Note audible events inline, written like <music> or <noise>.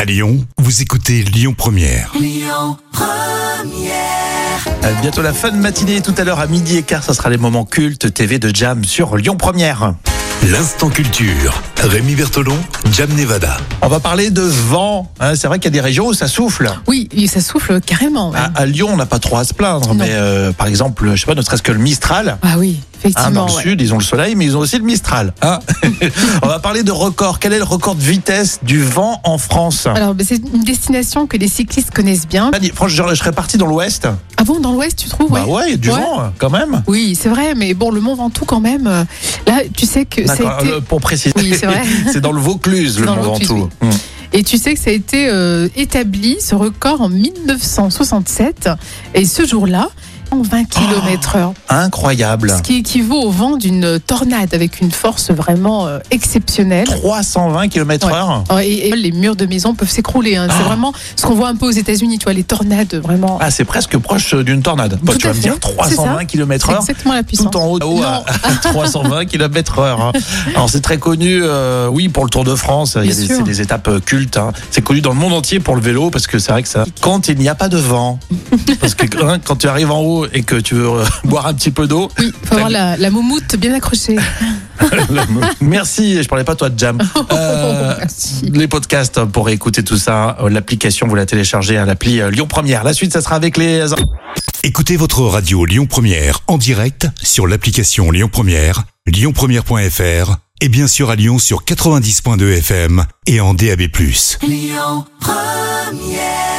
À Lyon, vous écoutez Lyon Première. Euh, Bientôt la fin de matinée, tout à l'heure à midi et quart, ça sera les moments cultes TV de Jam sur Lyon Première. L'instant culture. Rémi Bertolon, Jam Nevada. On va parler de vent. hein, c'est vrai qu'il y a des régions où ça souffle. Oui, et ça souffle carrément. ouais. À, Ah, à Lyon, on n'a pas trop à se plaindre, Non. mais euh, par exemple, je sais pas, ne serait-ce que le Mistral. Ah oui, hein, dans effectivement. le ouais. sud, ils ont le soleil, mais ils ont aussi le Mistral. <laughs> hein. on va parler de record. Quel est le record de vitesse du vent en France Ah, Alors, ben, c'est une destination que les cyclistes connaissent bien. Pas dit- Franchement, je serais parti dans l'ouest. Ah bon, dans l'ouest, tu trouves Bah ouais, il y a du Ouais. vent quand même. Oui, c'est vrai, mais bon, le Mont Ventoux, quand même, euh, là, tu sais que ça D'accord, a été. euh, pour préciser. Oui, c'est vrai. <laughs> c'est dans le Vaucluse, le Dans le Mont Vaucluse, Ventoux. Hum. Et tu sais que ça a été euh, établi, ce record, en 1967. Et ce jour-là, en 20 Ah, km heure, Incroyable. ce qui équivaut au vent d'une tornade avec une force vraiment euh, exceptionnelle. 320 km Ouais. heure Ouais, Et, et les murs de maison peuvent s'écrouler. hein. C'est Ah. vraiment ce qu'on voit un peu aux États-Unis, tu vois, les tornades vraiment. Ah, c'est presque proche d'une tornade. Bon, Tout tu à vas me fait. dire 320 km C'est heure exactement la puissance. tout en haut, haut à, <laughs> à 320 km heure. <laughs> hein. Alors, c'est très connu, euh, oui, pour le Tour de France. Il y a Bien des, sûr. c'est des étapes euh, cultes. hein. C'est connu dans le monde entier pour le vélo parce que c'est vrai que ça. Quand il n'y a pas de <laughs> vent, parce que hein, quand tu arrives en haut et que tu veux euh, <laughs> boire un petit peu <laughs> d'eau. <laughs> Oui, faut avoir la, la moumoute bien accrochée. Merci, je parlais pas toi de <laughs> Jam. Euh, Oh, Merci. les podcasts euh, pour écouter tout ça, euh, l'application, vous la téléchargez à l'appli euh, Lyon Première. La suite, ça sera avec les. Écoutez votre radio Lyon Première en direct sur l'application Lyon Première, lyonpremière.fr et bien sûr à Lyon sur 90.2 FM et en DAB+. Lyon Première